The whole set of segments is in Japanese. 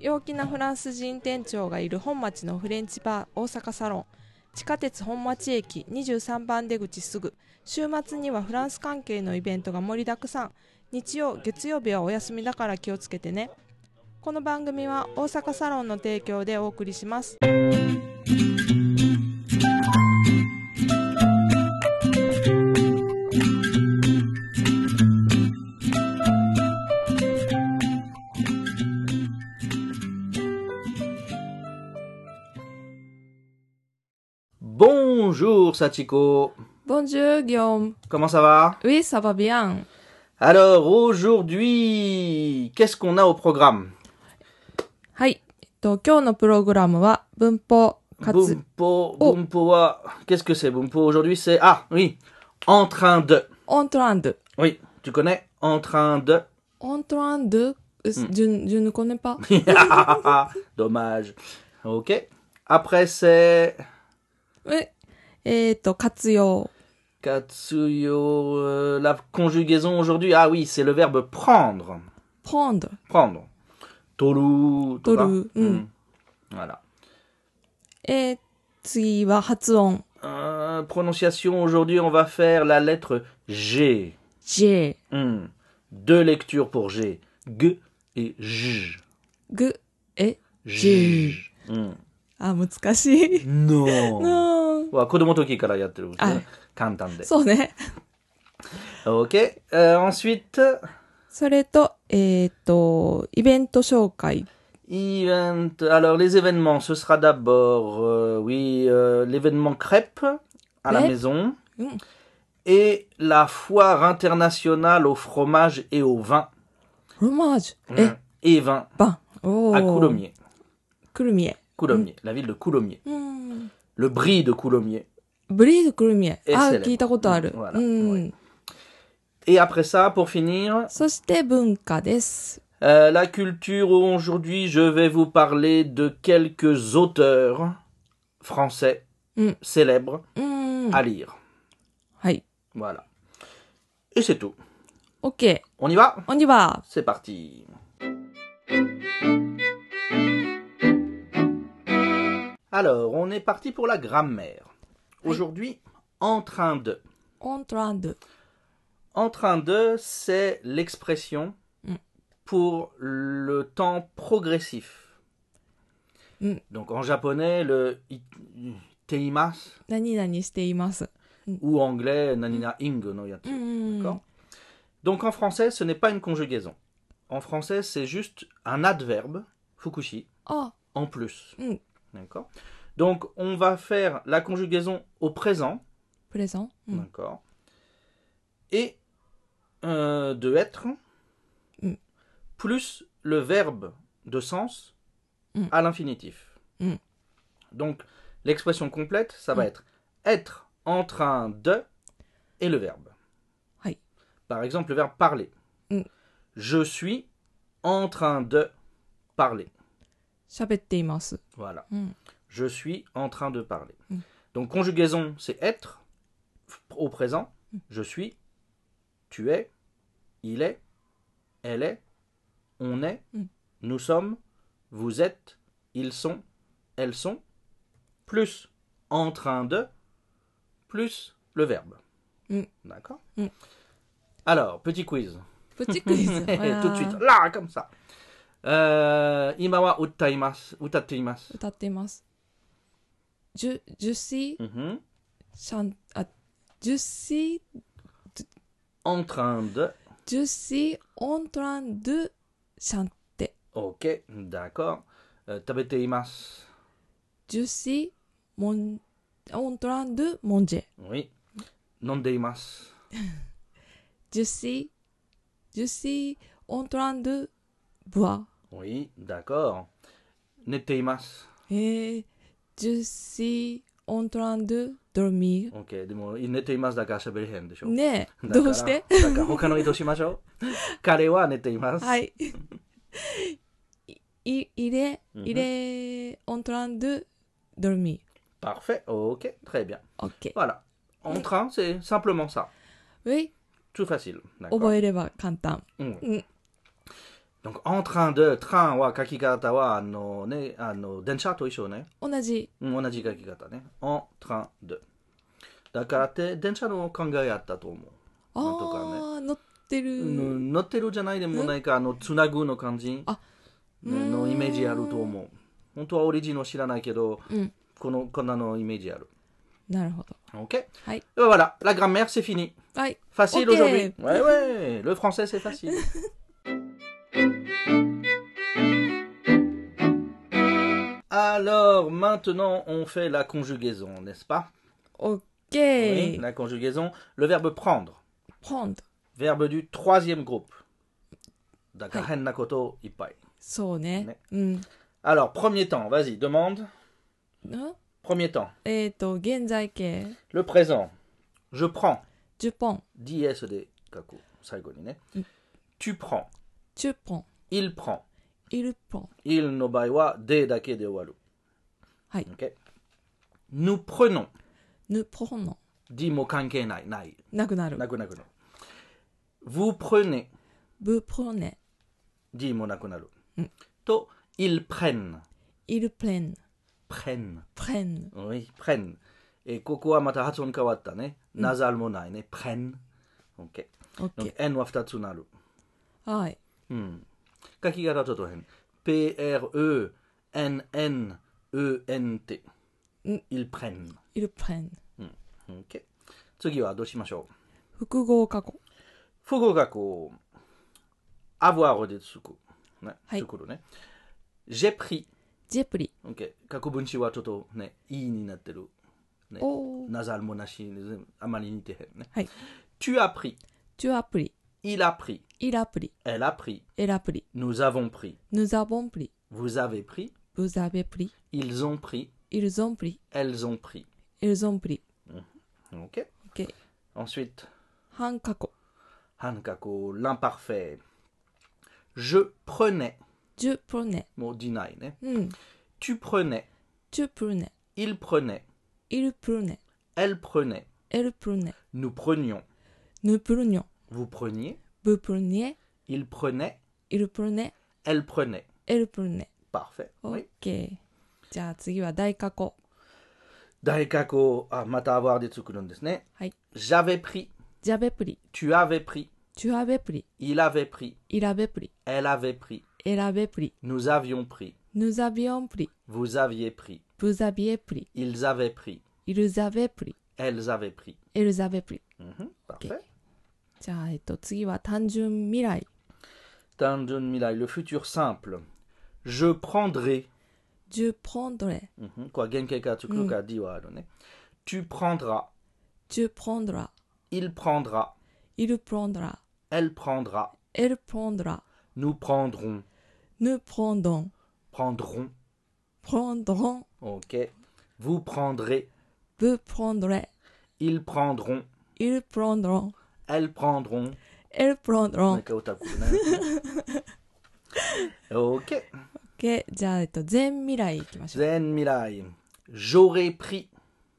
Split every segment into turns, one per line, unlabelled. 陽気なフランス人店長がいる本町のフレンチバー大阪サロン地下鉄本町駅23番出口すぐ週末にはフランス関係のイベントが盛りだくさん日曜月曜日はお休みだから気をつけてねこの番組は大阪サロンの提供でお送りします
Bonjour, Sachiko.
Bonjour Guillaume
Comment ça va
Oui ça va bien
Alors, aujourd'hui, qu'est-ce qu'on a au programme
はい、えっと、今日のプログラムは文法かつ
Bumpo,
Oh.
Bumpoa. Qu'est-ce que c'est Bumpo aujourd'hui C'est... Ah, oui. En train de.
オントランド
Oui, tu connais En train de.
オントランド je je ne connais pas
Dommage. Ok. Après, c'est...
ええー、と活用
Katsuyo. euh, la conjugaison aujourd'hui. Ah oui, c'est le verbe prendre.
prendre
Prendre. Toru. toba.
Toru, mm.
Voilà.
えー、次は発音
Euh, prononciation, aujourd'hui on va faire la lettre G.
J
Hmm. Deux lectures pour G. G et J.
ぐえ
J. Hmm.
あ難しい
Non.
うん
Ouais, Kodomotokiからやってる。
Ah.
Kantan de.
そうね
Ok. Euh, ensuite,
それとえっ、とイベント紹介
event. Alors les événements, ce sera d'abord, euh, oui, euh, l'événement crêpe à la
Ouais.
maison.
Mm.
Et la foire internationale au fromage et au vin.
フロマージュ、
Hmm. Et Oh. vin
えバンおー
à Coulommiers.
くるみえ
Coulommiers, la ville de Coulommiers.
うん
Le bris de Coulommiers.
ブリーズくるみえあ
Excellent
聞いたことある、
うんほら
うん、
ほい Et après ça, pour finir,
そして文化です
euh, la culture, aujourd'hui, je vais vous parler de quelques auteurs français
Mm.
célèbres
うんは
à lire.
い
Voilà. Et c'est tout.
OK
On y va
オンリバー
C'est parti. Alors, on est parti pour la grammaire. Aujourd'hui, en train de.
オントランド
En train de, c'est l'expression
Mm.
pour le temps progressif.
Mm.
Donc en japonais, le i- teimas
何々しています
ou anglais, nanina
Mm.
ing no yatsu.
うん
d'accord Donc en français, ce n'est pas une conjugaison. En français, c'est juste un adverbe, fukushi,
あ
en plus.
Mm.
D'accord Donc on va faire la conjugaison au présent,
プレゼン、うん
d'accord Et euh, de être
Mm.
plus le verbe de sens
Mm.
à l'infinitif.
Mm.
Donc l'expression complète, ça va
Mm.
être être en train de et le verbe.
Oui.
Par exemple, le verbe parler.
Mm.
Je suis en train de parler.
喋っています。
Voilà.
Mm.
Je suis en train de parler.
Mm.
Donc conjugaison, c'est être f- au présent.
Mm.
Je suis, tu es, il est, elle est, on est,
Mm.
nous sommes, vous êtes, ils sont, elles sont, plus en train de, plus le verbe.
Mm.
D'accord
Mm.
Alors, petit quiz.
プチクイズ。
Tout de suite, là, comme ça. Euh, imawa uttaimasu, utatteimasu.
歌っています。ジュ、ジュシー、
Mhm.
シャン、あ、ジュシー、
en train de.
ジュシー、オントランドゥ、シャンテ。
Ok, d'accord. Euh, tabeteimasu.
ジュシー、モン、オントランドゥ、モンジェ。
Oui. Nondeimasu.
ジュシー、ジュシー、オントランドゥ、ブア。
Oui, d'accord. Neteimasu.
えー、ジュシー、オントランドゥ、ドルミ
Ok, demo, neteimasu daka shaberi hen でしょ
ー。ねえ、
だから
どう して
だから他の移動しましょう。彼は寝ています。
は。 い。い、いれ、
うん
いれ、オントランドゥ、ドルミ。
Parfait. Ok, très bien.
オッケー。
Voilà. En train, c'est simplement ça.
ウェイ、
Tout facile. D'accord.
覚えれば簡単。
Mm.
Mm.
Donc, en train de, train wa kakigata wa ano ne, ano densha to isho ne.
同じ
うん同じ書き方ね。en train de。だからって、電車の考えあったと思う。
あ
なんとかね
ー乗ってる、
乗ってるじゃないでもないか、あの、つなぐの感じ
あ
ののイメージあると思う。本当はオリジンの知らないけど、
うん
この、こんなのイメージある。
なるほど
OK
はい
Et Voilà, la grammaire c'est fini.
はい
Facile
Ok.
aujourd'hui. Ouais, ouais, le français c'est facile. Alors, maintenant, on fait la conjugaison, n'est-ce pas Oui,
OK、
la conjugaison. Le verbe prendre.
ポンド
Verbe du troisième groupe. D'accord, hennakoto ippai.
そうね
ね
うんん
Alors, premier temps, vas-y, demande. Premier temps.
えっ、と現在形
Le présent. Je prends.
10本
DSD kaku. Saigoni, ne?
Mm.
Tu prends.
10本
Il prend.
1本
Il no bai wa de dake de waru.
Hai.
Ok. Nous prenons.
ぬポンの
Di mo kanke nai. Nai.
なくなる
Naku naku no. Vous prenez.
ブポネ
Di mo naku naru.
Mm.
To. Ils prennent.
イルプレン
Prennent.
プレン
Oui, prennent. Et koko wa mata hatsun kawatta ne. Nasal mo nai ne. Prennent. Ok. Donc,
OK
N wa futatsu naru.
はい
うん書き方はちょっと変。P-R-E-N-N-E-N-T。
うん
ils prennent。
イルプレン
OK 次はどうしましょう
複合過去
複合がこう、avoir で作る。ね。
はい
作るね。j'ai pris。
ジェプリ
OK。過去分詞はちょっとね、E になってる。ね
おー
ナザルもなし、あまり似てへんね。
はい
Tu as pris。
チュアプリ
Il a pris.
イラプリ
Elle a pris.
エラプリ
Nous avons pris.
ヌザボンプリ
Vous avez pris.
ブザベプリ
Ils ont pris.
イルゾンプリ
Elles ont pris.
イルゾンプリ
OK
OK
Ensuite,
半過去
Hankaku, l'imparfait. Je prenais.
10プロネ
Bon, deny, né.
うん
Tu prenais.
10プロネ
Il prenait.
イルプロネ
Elle prenait.
エルプロネ
Nous prenions.
ヌプロニョ
Vous preniez.
ブプロニエ
Il prenait.
イルプロネ
Elle prenait.
エルプロネ
Parfait.
Oh.
Oui.
OK じゃあ次は大過去
Daikaku, ah, mata avoir des tsukurun desu ne.
はい
J'avais pris.
ジャベプリ
Tu avais pris.
チュアベプリ
Il avait pris.
イラベプリ
Elle avait pris.
エラベプリ
Nous avions pris.
ヌザビオンプリ
Vous aviez pris.
ブザビエプリ
Ils avaient pris.
イルザベプリ
Elles avaient pris.
エルザベプリ
Mhm. Parfait.
じゃあ、えっと、次は単純未来
Tanjun Milai, le futur simple. Je prendrai.
10ポンドレ
Mhm, Quoi, Genkai Katsuku ka diwa aru ne. Tu prendras.
10ポンドラ
Il prendra.
イルプロンドラ
Elle prendra.
エルプロンドラ
Nous prendrons.
ヌプロンドン
Prendront.
プロンドロン
Ok. Vous prendrez.
ブプロンドレ
Ils prendront.
イルプロンドロン
Elles prendront.
エルプロンドロン
Ok, otaku, ne. Ok.
OK じゃあ、えっと、全未来いきましょう
Zen Milai. J'aurais pris.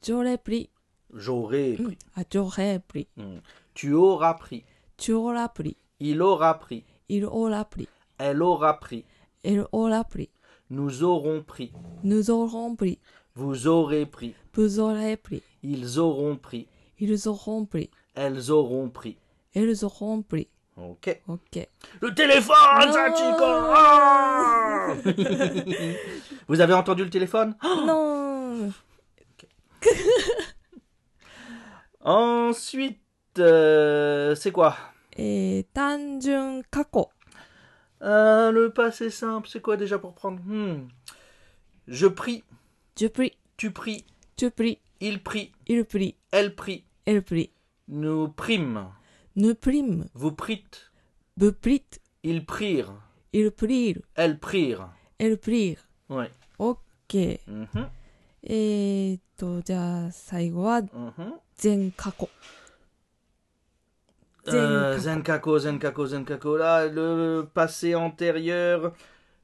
ジョレプリ
J'aurais
う
pris.
んあジョレプリ
Mm. Tu auras pris.
チュオラプリ
Il aura pris.
イルオラプリ
Elle aura pris.
エルオラプリ
Nous aurons pris.
ヌゾロンプリ
Vous aurez pris.
ブゾレプリ
Ils auront pris.
イルゾホンプリ
Elles auront pris.
エルゾホンプリ
Ok.
OK
Le téléphone, Sachiko Ah Vous avez entendu le téléphone
ノー
Ensuite, euh, c'est quoi
えー、単純過去
Euh, Le passé simple, c'est quoi déjà pour prendre Hmm. Je prie,
ジュプリ
tu pries,
チュプリ
il prie,
イルプリ
elle prie,
エルプリ
nous prîmes,
ヌプリム
vous prîtes,
ブプリット
ils prirent,
イルプリール
elles prirent.
エルプリール
Ouais.
OK
Mhm,
えー、っとじゃあ最後は
mhm.
全過去
Euh, Zenkaku, Zenkaku, Zenkaku. Là, le passé antérieur.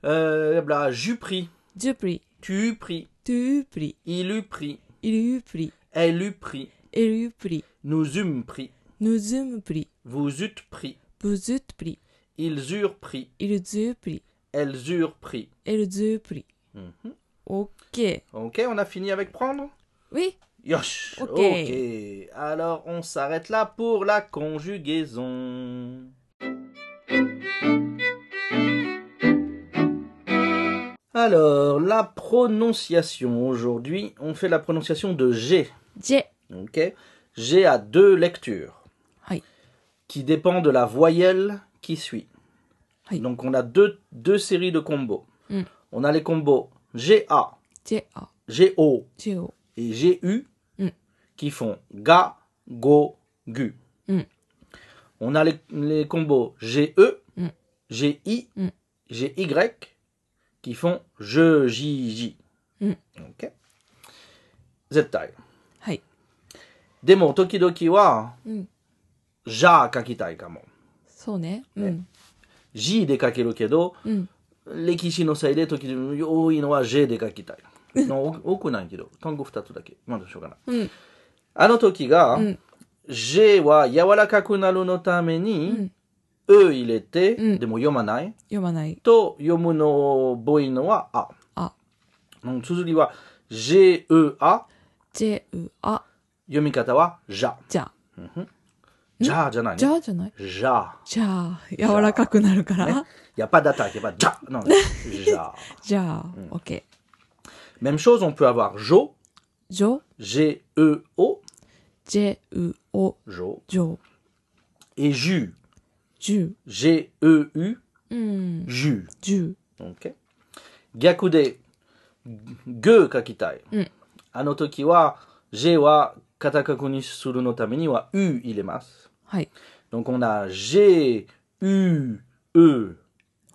Euh, là, j'eus pris.
ジュプリ
Tu eus pris.
トゥープリ
Il eut pris.
イルユープリ
Elle eut pris.
エルユープリ
Nous eûmes pris.
ヌズムプリ
Vous eûtes pris.
ブズットプリ
Ils Ils eurent pris.
Ils eurent pris.
Elles eurent pris.
Elles eurent pris.
Mhm.
OK.
Ok, on a fini avec prendre
Oui,
Yosh
Ok.
ok. Alors, on s'arrête là pour la conjugaison. Alors, la prononciation. Aujourd'hui, on fait la prononciation de G.
J.
Ok G a deux lectures.
Oui.
Qui dépend de la voyelle qui suit.
Oui.
Donc, on a deux, deux séries de combos.
Mm.
On a les combos GA,
J. A.
GO,
J. O.
et GU
Mm.
qui font ga, go, gu.
Mm.
On a les, les combos E, GE,
Mm.
GI,
Mm.
GY qui font je, j, j.
Mm.
Ok. Zettai.
はい。
Demo tokidoki wa
うん。
ja kakitai kamo.
そうね。うん。
J で書けるけど、
うん。
歴史のせいで時々多いのは J で書きたい。の多くないけど、単語2つだけ。まだしょうがない。
うん。
あの時が、
うん
G は柔らかくなるのために、E 入れて、
うん
でも読まない。
読まない。
と、読むのを覚えるのはあ。
あ。
うん綴りは G、E、A。
J. U. A.
読み方は JA。
じゃ。
JA じゃない
じ
ね。
ゃじゃない
JA。
じゃあ、柔らかくなるか
ね
ら。。
Il n'y a pas d'attaque, il n'y a pas de JA. Non, JA.
じゃあ、OK。
Même chose, on peut avoir JO,
Jo.
G, E, O,
J. U. O.
JO,
Jo.
et JU,
Ju.
G, E, U,
うん。
JU.
Ju.
OK 逆で、グー書きたい。
うん
あの時は、G は片角にするのためには U 入れます。
はい。
Donc on a G, U, E.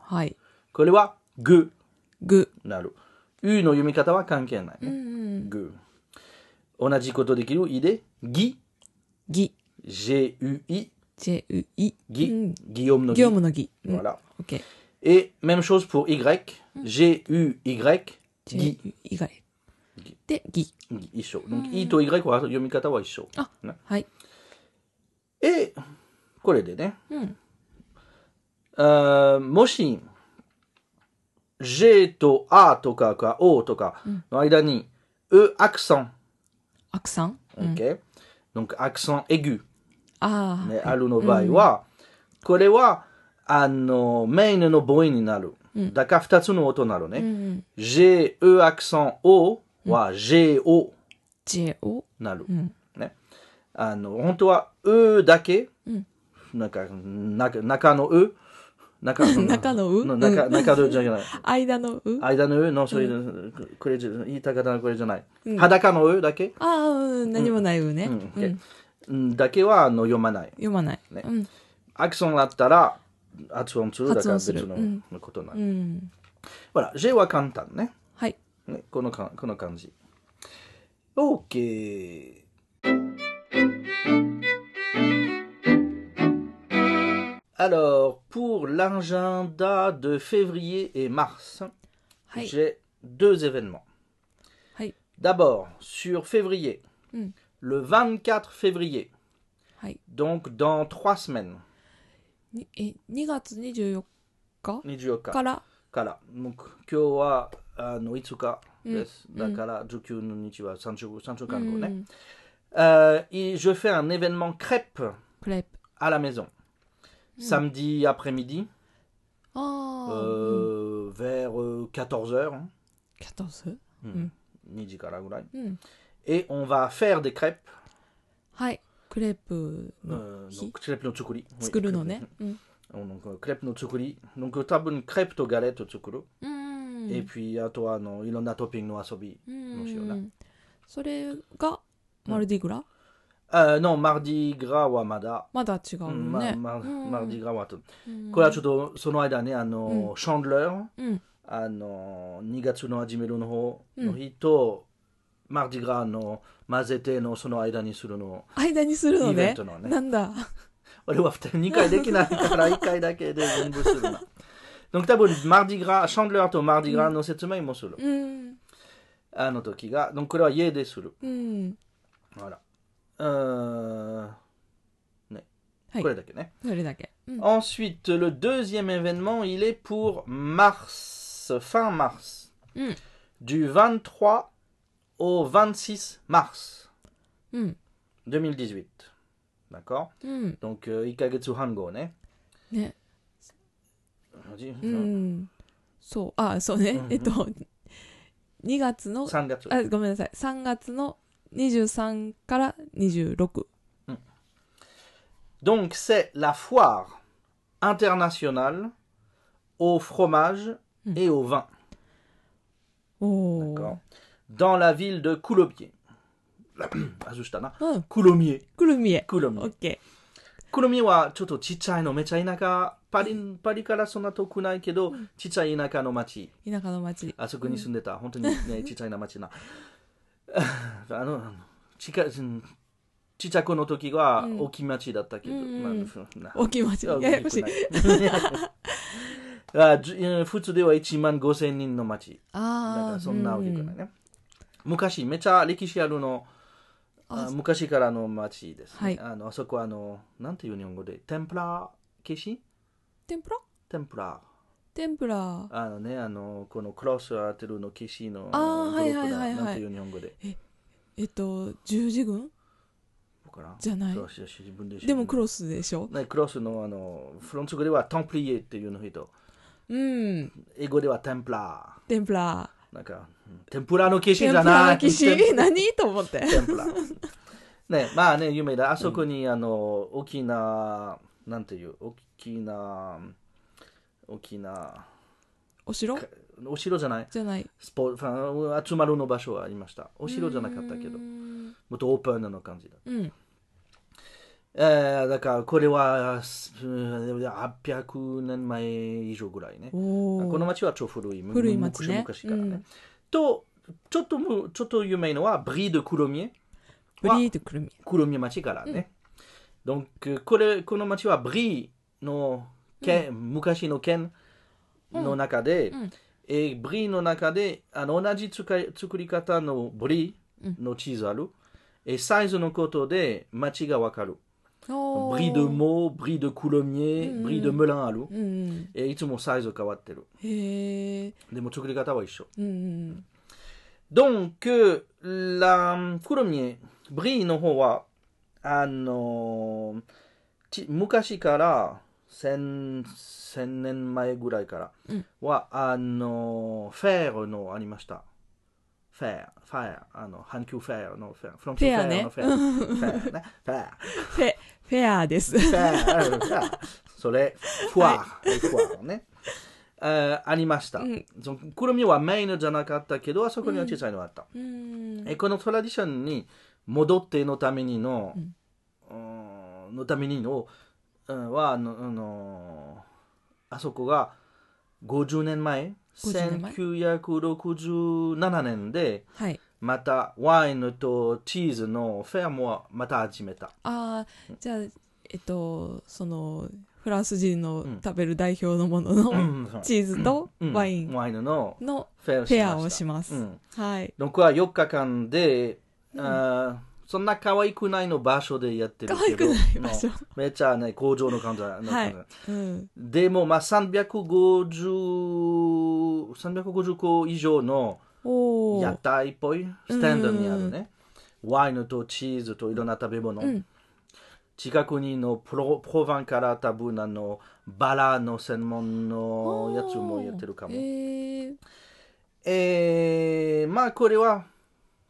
はい。
これはグ
ぐ。
ーなる。U の読み方は関係ない、
う
ね。
ん。
グー。同じことできる I で、ギ、
ぎ。
G, U, I,
J. U. I.
ギ、
うん
Guillaume のギ。
業務のぎ。うん。
Voilà.
OK。
Et même chose pour Y, G, U, Y,
J.
Guy.
U. 以外
ぎ。
で、ぎ。
Isho. Donc I と Y は読み方は一緒。
あ
ね、
はい。
え、これでね、
うん。
あーもし、G と A とかか O とかの間に、E アクセン、
アクさん。うん。
OK? Donc アクセン aigu、
あ
ね、
あ。
あるの場合は、これは、あの、メインの母音になる。だから二つの音になるね。
うん。
G、E アクセン O は GO
J. O.
になる。
うん。
ね。あの、本当は、うだけ、
うん
なんか、な中のう、中の
中のう
の中中のうじゃない。
間のう。あ
間のうの、それ、これじゃ、言いたかったのはこれじゃない。
うん
裸のうだけ、
あ、うん何もないうね。
うん
うん
OK うんだけはあの読まない。
読まない。
ね
うん。
アクションだったら、発音するだから
発
別
音する
の
うん
ことにな
う
る。
ん。
voilà、G は簡単ね。
はい。
ねこのかこの感じ。OK。Alors, pour l'agenda de février et mars,
はい。
j'ai deux événements.
はい。
D'abord, sur février,
Mm.
le 24 février,
はい。
donc dans trois semaines,
にえ、2月24日
24
から、
から、donc, euh, 今日はあの5日です。
うん
だから19日は3週3週
う
間後ね。
ん、
Euh, et je fais un événement crêpe
クレープ。
à la maison. Samedi après-midi,
ああ。うん
euh, hein, vers 14h,
14?
Niji Karagurai.
うん。
Et on va faire des crêpes.
はい。クレープの
euh,
Hi.
donc, crêpes no tsukuri. Oui,
作るの
crêpes
ね。うん。
no- Donc, euh, crêpes no tsukuri. Donc, euh, tabun crêpes to galette au tsukuru.
うん。
Et puis, à toi, non, il en a topping no asobi.
う。
どうしようなん
それが、マルディグラ、
Euh, non, mardi gras wa mada.
まだ違うよ
Mm,
ね。
ma- ma-
うん
mardi gras wa to.
うん
これはちょっとその間ね、あの、Chandler、
うん
あの、2月の初めの方
うん
の日と、マーディグラの混ぜてのその間にするの、
間にするの
イベン
ね
トの。ね
なんだ。
俺は2回できないから1回だけで全部する な。donc 多分、マーディグラ、Chandler とマーディグラの説明もする。
うん。
あの時が、donc これは家でする。
うん。
ほら。うーんね、
はい
これだけね。
それだけ。 Mm.
Ensuite, le deuxième événement, il est pour mars, fin mars.
Mm.
Du 23 au 26 mars
うん。
2018. D'accord
うん。
Donc, euh, Ikagetsu Hango, ne
ね。
On dit-
うん。そう。あ、そうね。
うんうん
えっと、2月の、
3月.
あ、ごめんなさい。3月の23から26。
Donc, c'est la foire internationale au fromage
Mm.
et au vin.
お
D'accord
ー。
Dans la ville de Coulommiers. Azustana.
うん。
Coulommiers.
くるみへ。
Coulommiers.
オッケ
くるみはちょっとちっちゃいの、めちゃ田舎。パリパリからそんな遠くないけど、ちっちゃい田舎の町。
ー。田舎の町。
あそこに住んでた。本当にね、ちっちゃいな町な。あの、ちかちっちゃい子の時は
うん
大きい町だったけど、
うん
まあ
うん
ふな
大きい町。ややこ しい。
あじうん普通では1万5千人の町。だか
ああ。
らそんな大きく
う
ない
ん
ね。昔、めちゃ歴史あるの、
あ
あ昔からの町です、ね
はい
あの。あそこはあの、なんていう日本語で、天ぷら消し
天ぷら
天ぷら。
天ぷら。
あのね、あの、このクロスアーテルの騎士の
あー
グループだ
はいはいはいはい
なんていう日本語で。
えっと、十字軍
わからん
じゃない
ク。ロス自分で知る
でもクロスでしょ
ね、クロスのあの、フランス語ではテンプリエっていうの人。
うん。
英語ではテンプラ
天ぷら。
ー。なんか、うん天ぷらの騎士
天
じ
ぷ
ゃ
ら
ない
の騎士
天
何と思って。
天ぷら。ね、まあね、有名だ。あそこに、あの、大きな、なんていう、大きな、大きな、
お城
お城じゃない
じゃない。
スポーツ、集まるの場所はありました。お城じゃなかったけ
うー、
ど
ん
もっとオープンなの感じだ。
うん。
えーだからこれはすうん800年前以上ぐらいね。
おー
この町は超古い。む
古い町ね
昔々からね。
うん
と、ちょっとむ、ちょっと有名のは、ブリード・クロミエ。
ブリートくるみ。
クロミエ町からね。donc、これ、この町はブリーの県、昔の県の中で、
うんうん
えブリーの中で、あの、同じ作り作り方のブリーのチーズある。え、サイズのことで町がわかる。
おー
Brie de Meaux, Brie de Coulommiers,
Mm,
Brie de
mm.
Melun à l'eau.
うんうん。
Et ils sont saïs au kawatero.
へえ。
Des mots de kata wa isho.
うんうん。
Donc, euh, la Coulommiers, Brie no ho wa, ano, chi- mukashi kara, sen, sen nen mae gurai kara,
Mm.
wa, ano, fer no animashita. Fer, fer, ano, hankyu fer no fer, français
フェ
fer
アね
no。fer, fer, ne, fer.
フェ、フェアです。
それ、フォア、フォアね。えーありました
うん。
そのくるみはメインじゃなかったけど、あそこには小さいのがあった。
うん。
えこのトラディションに戻ってのためにの、
うん
うーんのためにの、うんはあのあのあそこが50年前、
50年前
1967年で、
はい。
またワインとチーズのフェアもまた始めた。
ああ、じゃあ、えっと、その、フランス人の
うん
食べる代表のもののチーズと
うん
ワイン
ワインの
の
フェアを
フェアを
し
し
ま
ま
したう
す。
ん
はい。
僕は4日間で、あーそんな可愛くないの場所でやってる
可
け
愛
ど
くない場所
も。うめっちゃね工場の感じ、
はいうん。
でもまあ350 350個以上の
お
屋
ー。
台っぽいスタンドにあるね、ワインとチーズといろんな食べ物、
うん
近くにのプロプロヴァンから多分あのバラの専門のやつもやってるかも
えー、
えー、まあこれは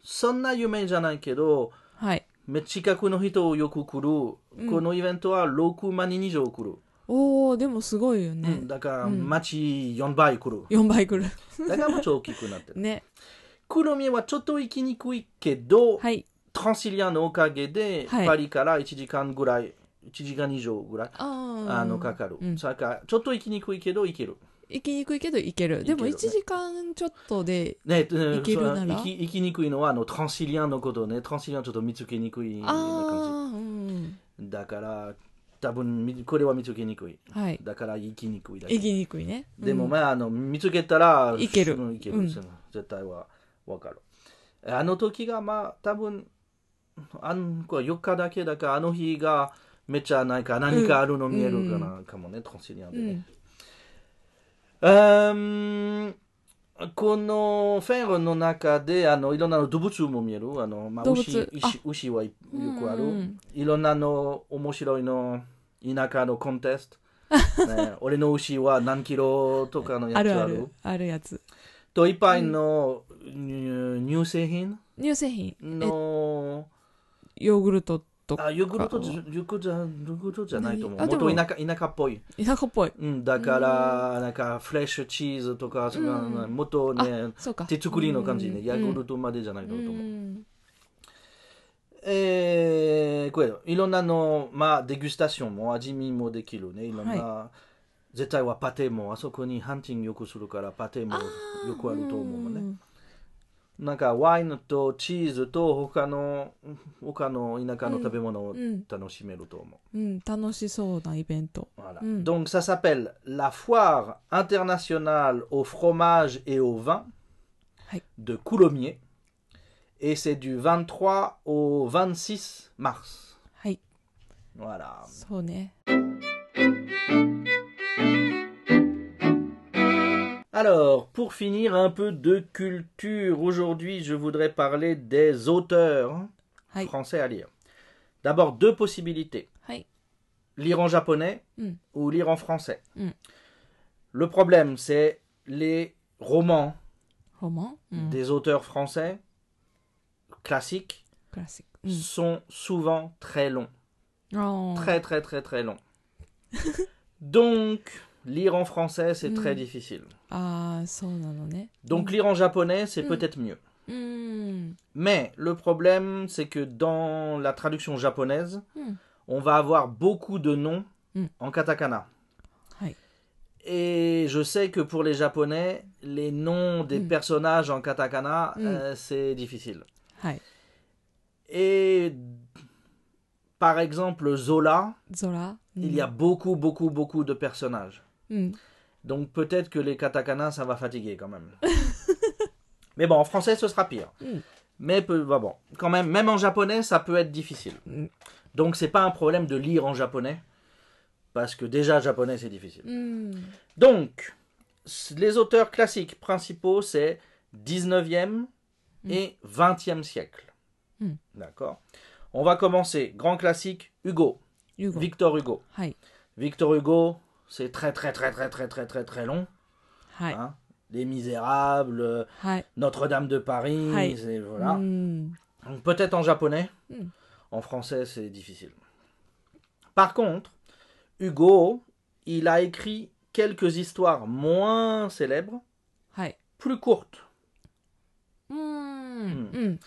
そんな有名じゃないけど
はい。
め近くの人をよく来る、
うん
このイベントは6万人以上来る、
おー、でもすごいよね。
だから
うん
町4倍来る、
4倍く る。
だからもうちょっと大きく なってる
ね。
黒目はちょっと行きにくいけど、
はい。
トランシリアのおかげで、
はい
パリから1時間ぐらい1時間以上ぐらい、
あー
あのかかる、
うん
それからちょっと行きにくいけど行ける
行きにくいけど行ける。でも
行
1
けるね
時間ちょっとで、
ね、うん
行けるなら
そう行き行きにくいのはあのトランシリアのことねトランシリアちょっと見つけにくい
あ
感じ
あ、うん。
だから多分みこれは見つけにくい
はい。
だから行きにくいだけ
行きにくいね。
で
う
も
ん
まああの見つけたら
行ける
その行ける、
うん
その絶対は分かるあの時がまあ多分あんこれ4日だけだからあの日がめっちゃなんか何かあるの見えるかな、かもね、トンシリアン
う
でね
ん。
うーんこのフェンロンの中であのいろんな動物も見えるあの、まあ、
動物
牛
あ
牛牛はいよくある、
うん
いろんなの面白いの田舎のコンテス ト、ね、俺の牛は何キロとかのやつあ
あ
る
るあるあるやつ
といっぱいの、乳乳製品
乳製品
の
ヨーグルトと
あヨーグルトじゃヨーグルトじゃヨーグルトじゃないと思う
あ
も
で
っ
も
と田舎田舎っぽい
田舎っぽい
うん、だから、なんかフレッシュチーズとか、そんなのもっとね、
そうか
手作りの感じ
う
ね、
ん
ヤクルトまでじゃないの
う
と思う。
ん
えー、これ、いろんなの、まあ、デギュスタションも味見もできるね、いろんな、絶対はパテも、あそこにハンティングよくするから、パテもよくあると思うね。なんか、ワインとチーズと、他の、他の田舎の食べ物を
うん
楽しめると思う。
うん楽しそうなイベント
Voilà.
Mm.
Donc ça s'appelle la foire internationale au fromage et au vin
Hey.
de Coulommiers. Et c'est du 23 au 26 mars.
はい
Voilà.
そうね
Alors, pour finir un peu de culture, aujourd'hui je voudrais parler des auteurs
はい
français à lire. D'abord deux possibilités.
はい
lire en japonais
Mm.
ou lire en français.
Mm.
Le problème, c'est les romans
ロマンうん
des auteurs français classiques
クラシック
sont souvent très longs.
うんあー
Très, très, très, très longs. Donc, lire en français, c'est
Mm.
très difficile.
あーそうなのね
Donc, lire en japonais, c'est
Mm.
peut-être mieux.
うん、
Mais le problème, c'est que dans la traduction japonaise,
Mm.
on va avoir beaucoup de noms
Mm.
en katakana.
はい。
Et je sais que pour les Japonais, les noms des
Mm.
personnages en katakana,
Mm.
euh, c'est difficile.
はい。
Et par exemple, Zola,
ゾラ。うん
il y a beaucoup, beaucoup, beaucoup de personnages.
うん。
Donc peut-être que les katakana, ça va fatiguer quand même. Mais bon, en français, ce sera pire.
Mm.
Mais peu- bah bon, quand même, même en japonais, ça peut être difficile.
Mm.
Donc c'est pas un problème de lire en japonais, parce que déjà japonais, c'est difficile.
うん。
Donc, s- les auteurs classiques principaux, c'est 19e
Mm.
et 20e siècle.
Mm.
D'accord On va commencer. Grand classique, Hugo.
ユーゴ。
Victor Hugo.
はい。
Victor Hugo, c'est très très très très très très très très long.
はい。
hein. Les Misérables, euh,
はい。
Notre-Dame de Paris,
Hi.
c'est- voilà.
うん。
Donc, Peut-être en japonais.
Mm.
En français, c'est difficile. Par contre, Hugo, il a écrit quelques histoires moins célèbres,
はい。
plus courtes.
うーん。
う
うん。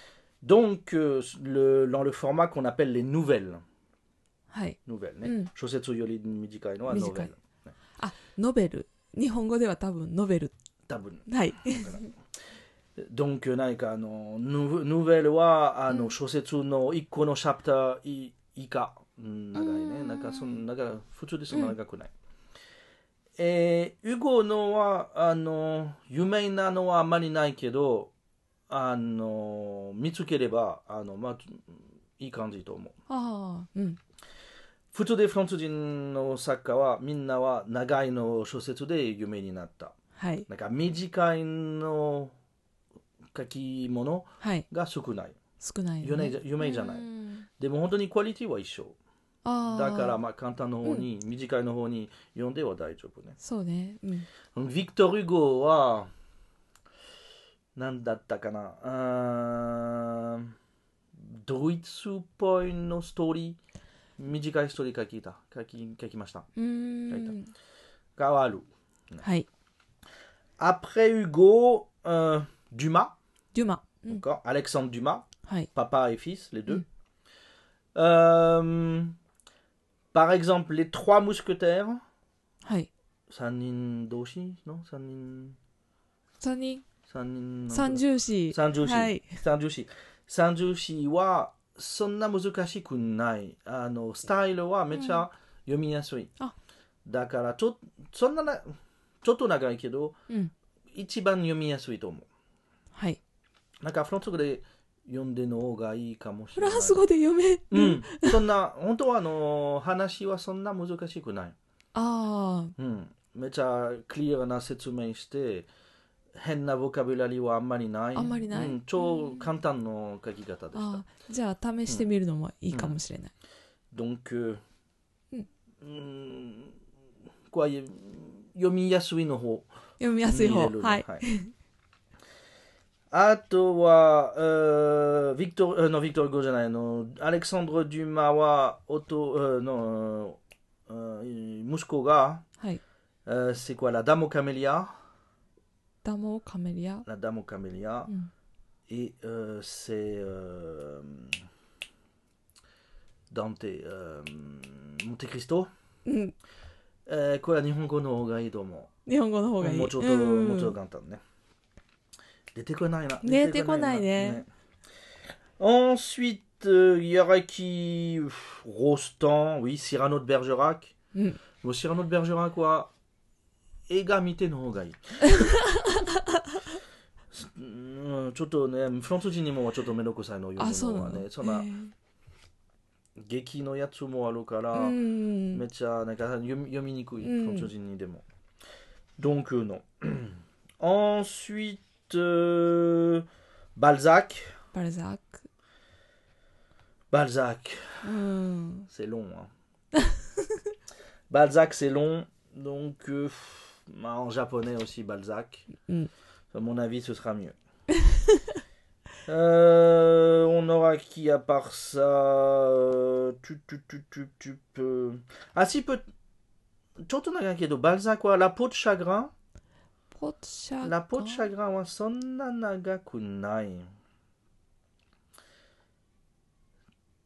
Donc, euh, le- dans le format qu'on appelle les nouvelles.
はい。
Nouvelles.
うん。
ね Shosetsu yori mijikai no wa
短い。
novel.
ノベル。日本語では多分ノベル。
Tabun.
はい。
Donc, euh, naika, no, nou- nouvelle wa, ah, no,
Mm.
shosetsu no ikko no chapter i- ika. Mm, Nagai ne.
Mm.
Naka, son- naga- futsu de
Mm.
sonna nagaku nai. Eh, Hugo no wa, ah, no, yumei na no wa amari nai kedo, ah, no, mitsukereba, ah, no, ma, ii kanji to omou.
ああ。うん。
普通でフランス人の作家はみんなは長いの小説で有名になった
はい。
なんか短いの書き物
はい。
が少ない
少ない
有
よね、
名じゃ有名じゃない
うん
でも本当にクオリティは一緒
ああ。
だから。まあ簡単の方に、短いの方に読んでは大丈夫ね
そうね。うん。
ヴィクトル・ユゴーは何だったかなうーんドイツっぽいのストーリー短いストーリー書きた書き書きました
うーん。
がある
はい。
Après Hugo, euh, Dumas,
デュマ。うん。
d'accord, Alexandre Dumas,
はい。
papa et fils, les deux.
Mm.
Euh, par exemple, les trois mousquetaires,
はい。
Sanin Doshi, non Sanin.
三人。
Sanin.
三重視。
Sanjushi.
はい。
Sanjushi. Sanjushi wa sonna muzukashiku nai. Ano, style wa mecha yomi yasui.
あ。
dakara, chot- sonna na- ちょっと長いけど、
うん
一番読みやすいと思う。
はい。
なんかフランス語で読んでの方がいいかもし
フ
れな
ラ
い。
ンス語で読める、
うん、そんな、本当はあの話はそんな難しくない。
ああ
うん、めちゃクリアな説明して、変なボキャブラリーはあんまりない。
あんまりない
うん超簡単の書き方でした
あ。ーじゃあ試してみるのもいいかもしれない、
Donc, euh,
うん
mm, quoi, y- 読みやすいの方
読みやすい
に
方
入れるの
はい
はい あとは、えー、ビクトル、えー、の、ビクトル・ゴーじゃないの、アレクサンドル・デュマは、おと、えーの、えー息子が、
はい
えー、c'est euh, quoi, la dame aux camélias?
ダモカメリア、
La dame aux camélias.
うん、
Et euh, c'est euh, Dante, euh, Monte Cristo. Euh,
うん
えーこれは日本語の方がいいと思
日本語の方
う。
がいい
もうちょっと、
うん
もうちょっと簡単ね。出てこないな。
出てこないね
出てこないな。ね Ensuite, euh, il y aurait qui Rostand, oui, Cyrano de Bergerac.
うん、
もう Cyrano de Bergerac は映画見ての方が いい。うんちょっとね、フランス人にもちょっとめんどくさいのよ
あそう
の
な
は
の、
ね、そんな
へー
劇のやつもあるから、
うん
めっちゃなんか読み読みにくい、
うん
フランス人にでも。Donc, euh, non. Ensuite, euh, Balzac.
バルザック
Balzac,
うん、
c'est long. hein. Balzac, c'est long. Donc, euh, pff, bah, en japonais aussi, Balzac.
Mm.
À mon avis, ce sera mieux. Euh, on aura qui à part ça euh, tu, tu, tu, tu, tu peux... Ah si, peut... ちょっと長いけど、バルザクはラポッチャグラン
ポッシャ
ラポッチャグランはそんな長くない。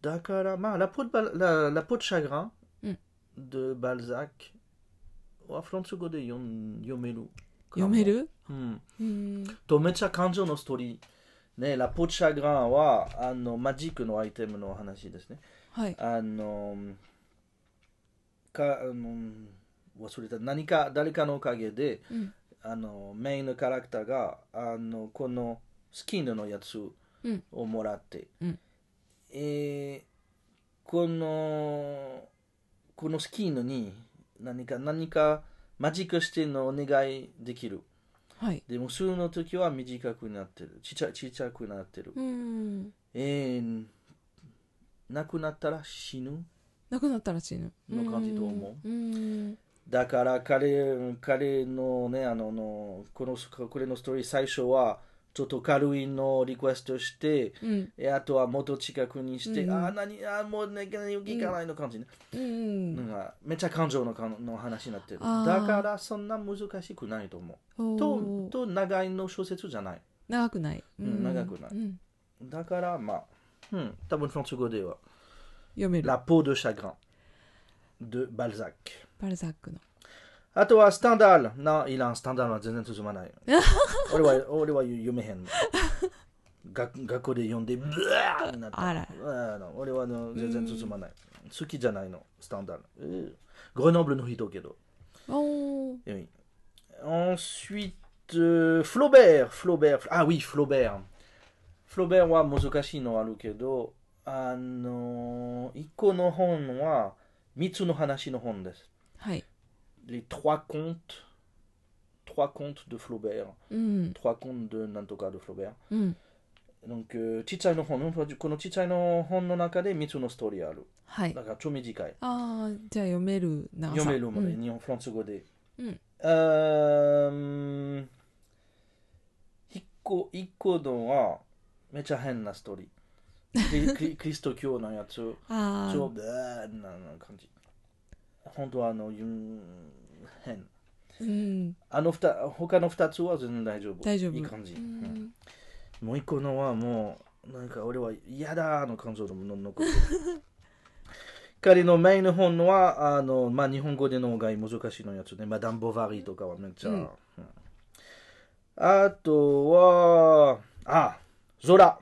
だから、まあ、ラポッバララポッチャグラン
うん
でバルザクはフランス語で読ん読める。
読める
うん。
うん
とめっちゃ感情のストーリー。ね、ラポッチャグランはあのマジックのアイテムの話ですね。
はい
あのかあの忘れた何か誰かのおかげで
うん
あのメインのキャラクターがあのこのスキンのやつ
うん
をもらって、
うん
えーこのこのスキンに何か何かマジックしてのお願いできる
はい
でも数の時は短くなってるちっちゃちっちゃくなってる、
うん
えー、なくなったら死ぬ
なくなったら死ぬ
の感じと思
ううん
だから彼彼のねあののこのこれのストーリー最初はちょっと軽いのをリクエストして
うん
えあとはもっと近くにして、
うん
ああ何あーもうね行かないの感じね、
うん
なんかめっちゃ感情のかの話になってる
あー
だからそんな難しくないと思
お
う
ー
とと長いの小説じゃない
長くない、
うん長くない
うん
だからまあ、うん、多分フランス語では
読める
La peau de chagrin de Balzac.
バルザックの
あとはスタンダール。な、いらん、スタンダールは全然進まない。俺は、俺は読めへん。学学校で読んで、ブワーになった。
あら
あの俺はあの全然進まない。好きじゃないの、スタンダール。うんグレノブルの人けど。
おー
Oui. Ensuite, euh, Flaubert, Flaubert, Fla- ah oui, Flaubert. Flaubert は難しいのはあるけど、あの、一個の本は三つの話の本です。
はい
Les trois contes, trois contes de Flaubert,
うん、
trois contes de なんとか de Flaubert.
うん、
Donc, euh, ちっちゃいの本、このちっちゃいの本の中で三つのストーリーある。
はい
だから超短い。
ああじゃあ読める長さ
読めるまで、
うん
日本フランス語で。
うん
うん。一個、一個のは、めちゃ変なストーリー。クリクリクリスト教のやつ、
あ
超
あ
ブーなな感じ。本当はあの、うん変。
うん
あの二、他の二つは全然大丈夫。
大丈夫
いい感じ。
う
うん
ん
もう一個のはもうなんか俺は嫌だの感情の残ってる 彼の前の本はあの、まあ、日本語での方が難しいのやつねマダン・ボヴァリーとかはめっちゃ、
うん
うんあとはあゾラ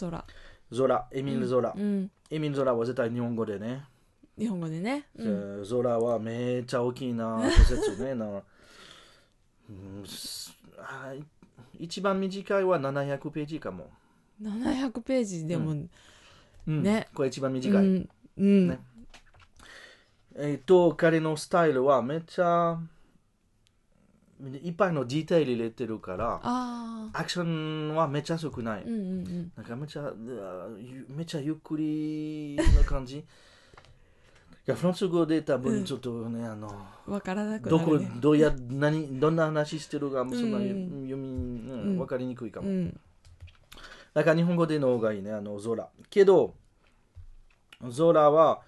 空
ゾラエミル・ゾラ、
うん
エミル・ゾラは絶対日本語でね、
日本語でね、うん、
えーゾラはめっちゃ大きいな小説ねな、うんすあ一番短いは700ページかも
700ページでも、
うん
ね
これ一番
う
短い、
ん、うん
ねえっと彼のスタイルはめっちゃいっぱいのディテール入れてるから
ああ
アクションはめっちゃ少ない、
うんうんうん
なんかめっちゃうわゆめっちゃゆっくりな感じいやフランス語で多分ちょっとね、あの
わからなく
ど
な
こ
る、ね、
どうや何どんな話してるかそんな
うん
読み、うん
うん
分かりにくいかも、
うん
だから日本語での方がいいねあのゾラけどゾラは、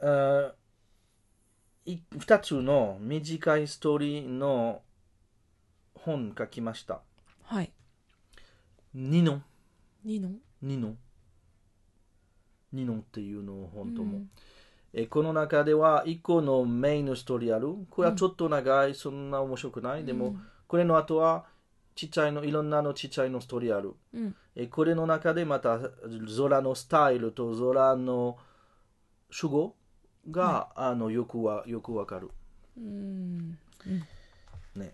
えーい2つの短いストーリーの本書きました
はい
ニノン
ニノ
ニノンニノンっていうのを本当も、
うん
えーこの中では1個のメインのストーリーあるこれはちょっと長い、そんな面白くないでも、これの後はちっちゃいのいろんなのちっちゃいのストーリーある
うんうん
えこれの中でまたゾラのスタイルとゾラの主語が、あのよくわよくわかる
うん、
ね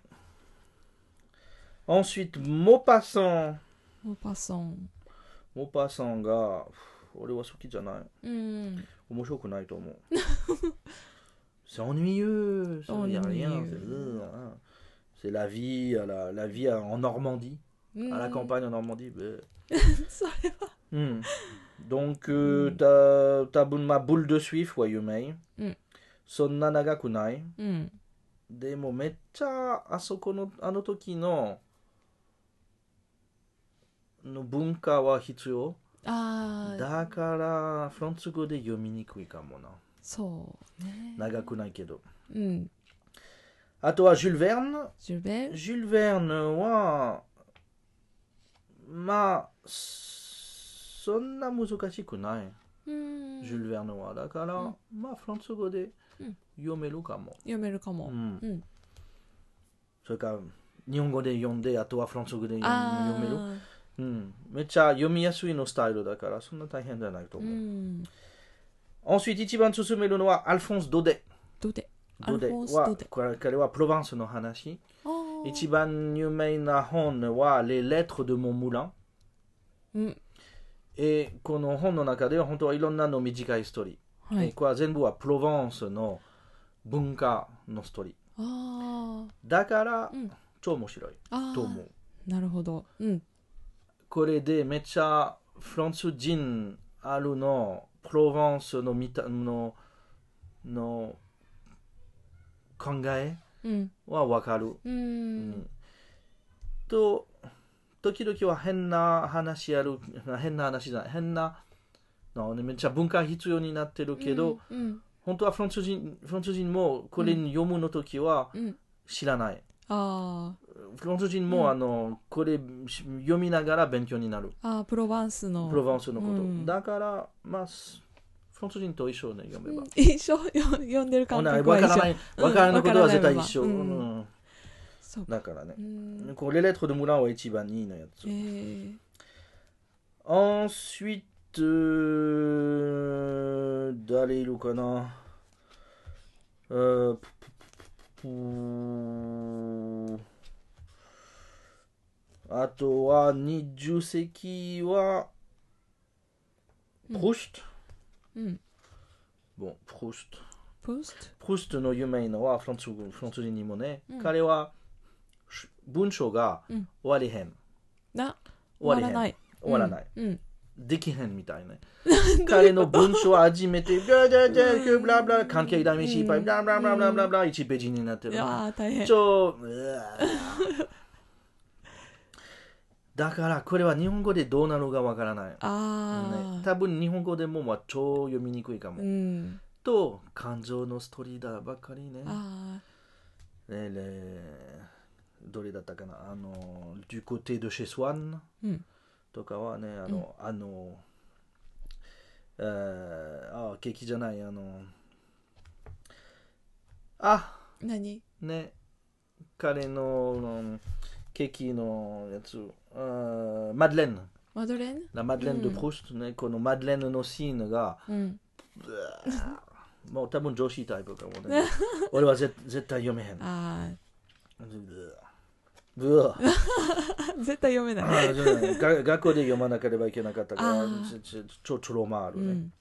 ensuite モパソン
モパソン
モパソンがふう俺は好きじゃない
うん
面白くないと思う c'est ennuyeux ça veut dire rien
Ennuyeux.
c'est- c'est la vie à la, la vie à- en Normandie
うん
à la campagne en Normandie bleh.
それは
Hmm. Donc, euh, t'as t'as bun- ma boule de suif, ouais, Yumei.
Mm.
Sonna nagakunai.
うん
でもめっちゃあそこのあの時のの文化は必要
ああ
だからフランス語で読みにくいかもな
そうね
長くないけど
うん
あとはジュル・ヴェルン
ジュベル
ジュル・ヴェルヌは、まあ、そんな難しくない、
うん
ジュル・ヴェルヌは。だから、
うん
まあ、フランス語で
うん
読めるかも。
読めるかも、
うん
うん
それから、日本語で読んで、あとはフランス語で読
あ
読める、うん。めっちゃ読みやすいのスタイルだから、そんな大変じゃないと
ーう
思う。
ん
ensuite、一番勧めるのは、アルフォンス・ドデ。
どうでア
ド
ル
デ
フォンス
は
ドデ
これ彼はプロヴァンスの話。
あー
一番有名な本は、Les Lettres de mon moulin。
うん
えーこの本の中では本当はいろんなの短いストーリー、
は
えー
い
これは全部はプロヴァンスの文化のストーリー
あー
だから、
うん
超面白い
あ
と思
ー
う
なるほどうん
これでめっちゃフランス人あるのプロヴァンスのみたのの考え
うん
はわかる、
う
うんんと時々は変な話やる変な話じゃない変なのめっちゃ文化必要になってるけど、
うん
本当はフランス人フランス人もこれに読むの時は
うんうん
知らない、
あー
フランス人も、あのこれし読みながら勉強になる
あープロヴァンスの
プロヴァンスのこと、
うん
だからまあすフランス人と一緒ね読めば、
うん一緒よ読んでる
ほ
感
な
覚
わ
は
から
一
な
緒
いわからないことは絶対
わ
一
から
緒、
な
う
い
ん
ままうんそう
だからね
う、ん
これレトルムランは一番いいのやつ、
えー
ensuite euh, d'aller le connard. Euh, pou- pou- pou- pou- Ato wa Nijuseki wa
Mm.
Proust.
うん
Bon, Proust.
ポス
Proust no yumei no wa Frantsu- Frantsuji ni mo ne,
Mm.
kare wa sh- bunshō ga
Mm.
wari hen.
トな終
終
わ
わ
ら
り
な
へ
い
ん。終
Hmm.
わらない。
うん
できへんみたい ね。彼の文章を初めて、ブラブラブラブラブラ、関係だめしいっぱい、ブラブラブラブラブラブラ、1ページになって
い
る。
やー大変
超、うわーだから、これは日本語でどうなるかわからない。ね
ああ
多分日本語でもまあ超読みにくいか
う
も。
ん
と、感情のストーリーだばっかりね。
あ
えーねどれだったかなあの、du côté de chez Swan。
ーうん
とかはねあの、あの、えー、あ劇じゃないあのあ
何
ね彼のうんケーキのやつあーマドレーヌ
マドレーヌ
ラマドレーヌ・ド・
うん
プロストね、このマドレーヌのシーンが
うん
もう多分女子タイプかもね俺は絶絶対読めへん
ああ
うわうわ
絶対読めない。
あーじゃないが学校で読まなければいけなかったから
あー
ちちちょトロマある
う
ね、
ん、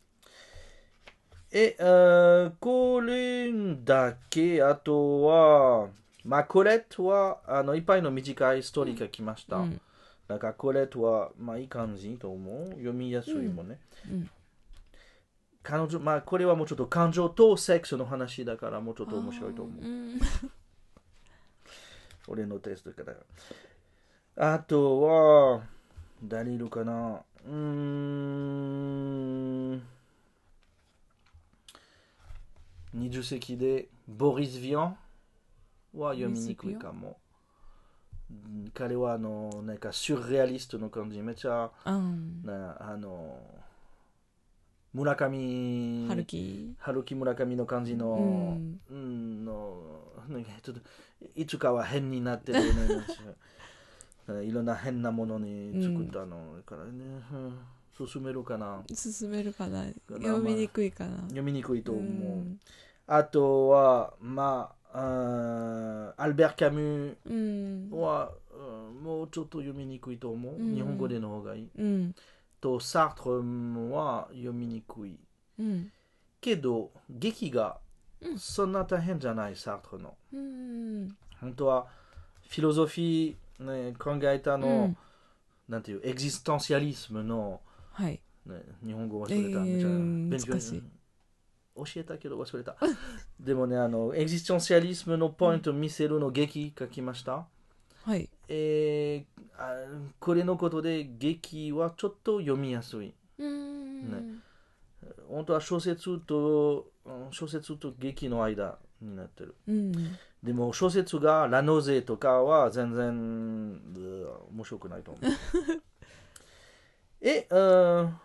えあーこれだけあとはまあこれとはあのいっぱいの短いストーリーが来ました、
うん
だからこれとはまあいい感じと思う読みやすいもんね、
うん
彼女まあこれはもうちょっと感情とセックスの話だからもうちょっと面白いと思う
うん
俺のテストから。あとは、誰いるかなうーん。20世紀で、ボリス・ヴィアンは読みにくいかも。うん彼はあの、なんか、シューレアリストの感じ、めっちゃ、
うん。
なあの、村上、
春樹。
春木村上の感じの、
うん
うんのなんかちょっといつかは変になってるようなやつなんかいろんな変なものに作ったのからね、うん進めるかな
進めるかな。
まあ
読みにくいかな。
読みにくいと思う、
うん
あとはまあうんアルベール・カミ
うん
ュ。は、うんもうちょっと読みにくいと思う、
うん
日本語での方がいい
うん。
とサートルは読みにくい
うん。
けど劇が
うん
そんな大変じゃない、サートルの
うん。
本当はフィロソフィー、ね、考えたの、
うん
なんていうエクジスタンシアリスムの、
はい。
ね、日本語忘れたみたいな、
えー
勉強
難しい
教えたけど忘れた でもねあのエクジスタンシアリスムのポイント見せるの劇書きました、
はい。
えーあこれのことで劇はちょっと読みやすい
うん。
本当は小説とうん小説と劇の間になってる
うん。
でも小説がラノゼとかは全然うん面白くないと思 う。え、うん、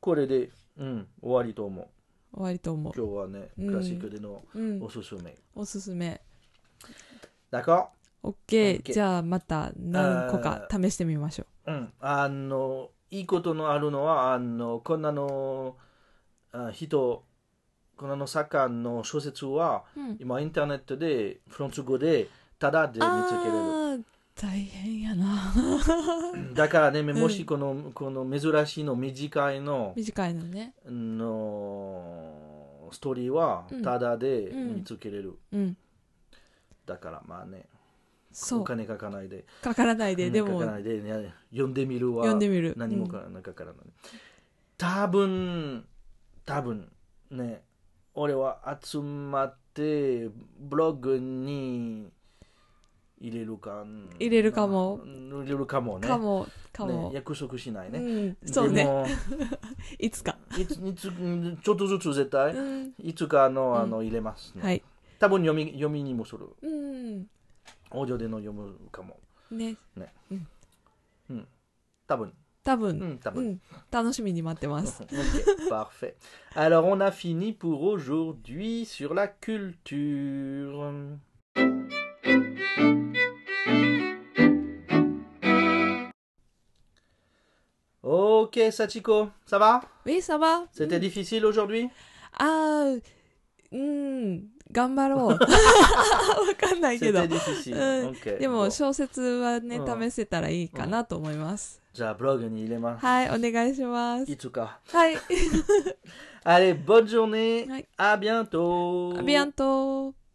これで、うん、終わりと思う。
終わりと思う。
今日はね、
うん
クラシックでの
うん
お。すすめ。
おすすめ。
d'accord?
オッケー。
OK
じゃあまた何個か試してみましょ
うん、あの、いいことのあるのは、あの、こんなのあ人、こんなの作家の小説は、
う。うん。
今インターネットで、フランス語で、タダで見つけれる。
ああ、大変やな。
だからね、
ん
もしこのこの珍しいの短いの
短いのね。
のストーリーは
うん
タダで
うん
見つけれる、
うん。
だからまあね
そ
お
う。
金かかないで
かからないで、で
か
も
かないで、ね、読んでみるは
読んでみる。
何もか,、なん、かからない多分多分ね俺は集まってブログに入れるか
入れるかも
入れるかも
うん
ね
かも、かも
ね。約束しないね、
うん、そうね
で。も
いつか。
いついつうんちょっとずつ絶対
うん。
いつかのあ
う
の入れますね、
はい。
多分読み読みにもする
うん。
オーディオでの読むかも
ね。
多分
多
う
分。
ん多
う
分、
ん。楽しみに待ってます。
Ok, parfait. Alors on a fini pour aujourd'hui sur la culture. Ok Sachiko, ça va
ウェイ様
C'était difficile aujourd'hui
あー、うん、頑張 ろう。わかんないけど
C'était。difficile.
Euh,
ok.
で
bon.
も小説はね、
う
試
ん
せたらいいかなと思います。
じゃあブログに入れます。
はい、お願いします
い。つか。
はい、
Allez, bonne journée.
Ouais.
À bientôt.
ビアント。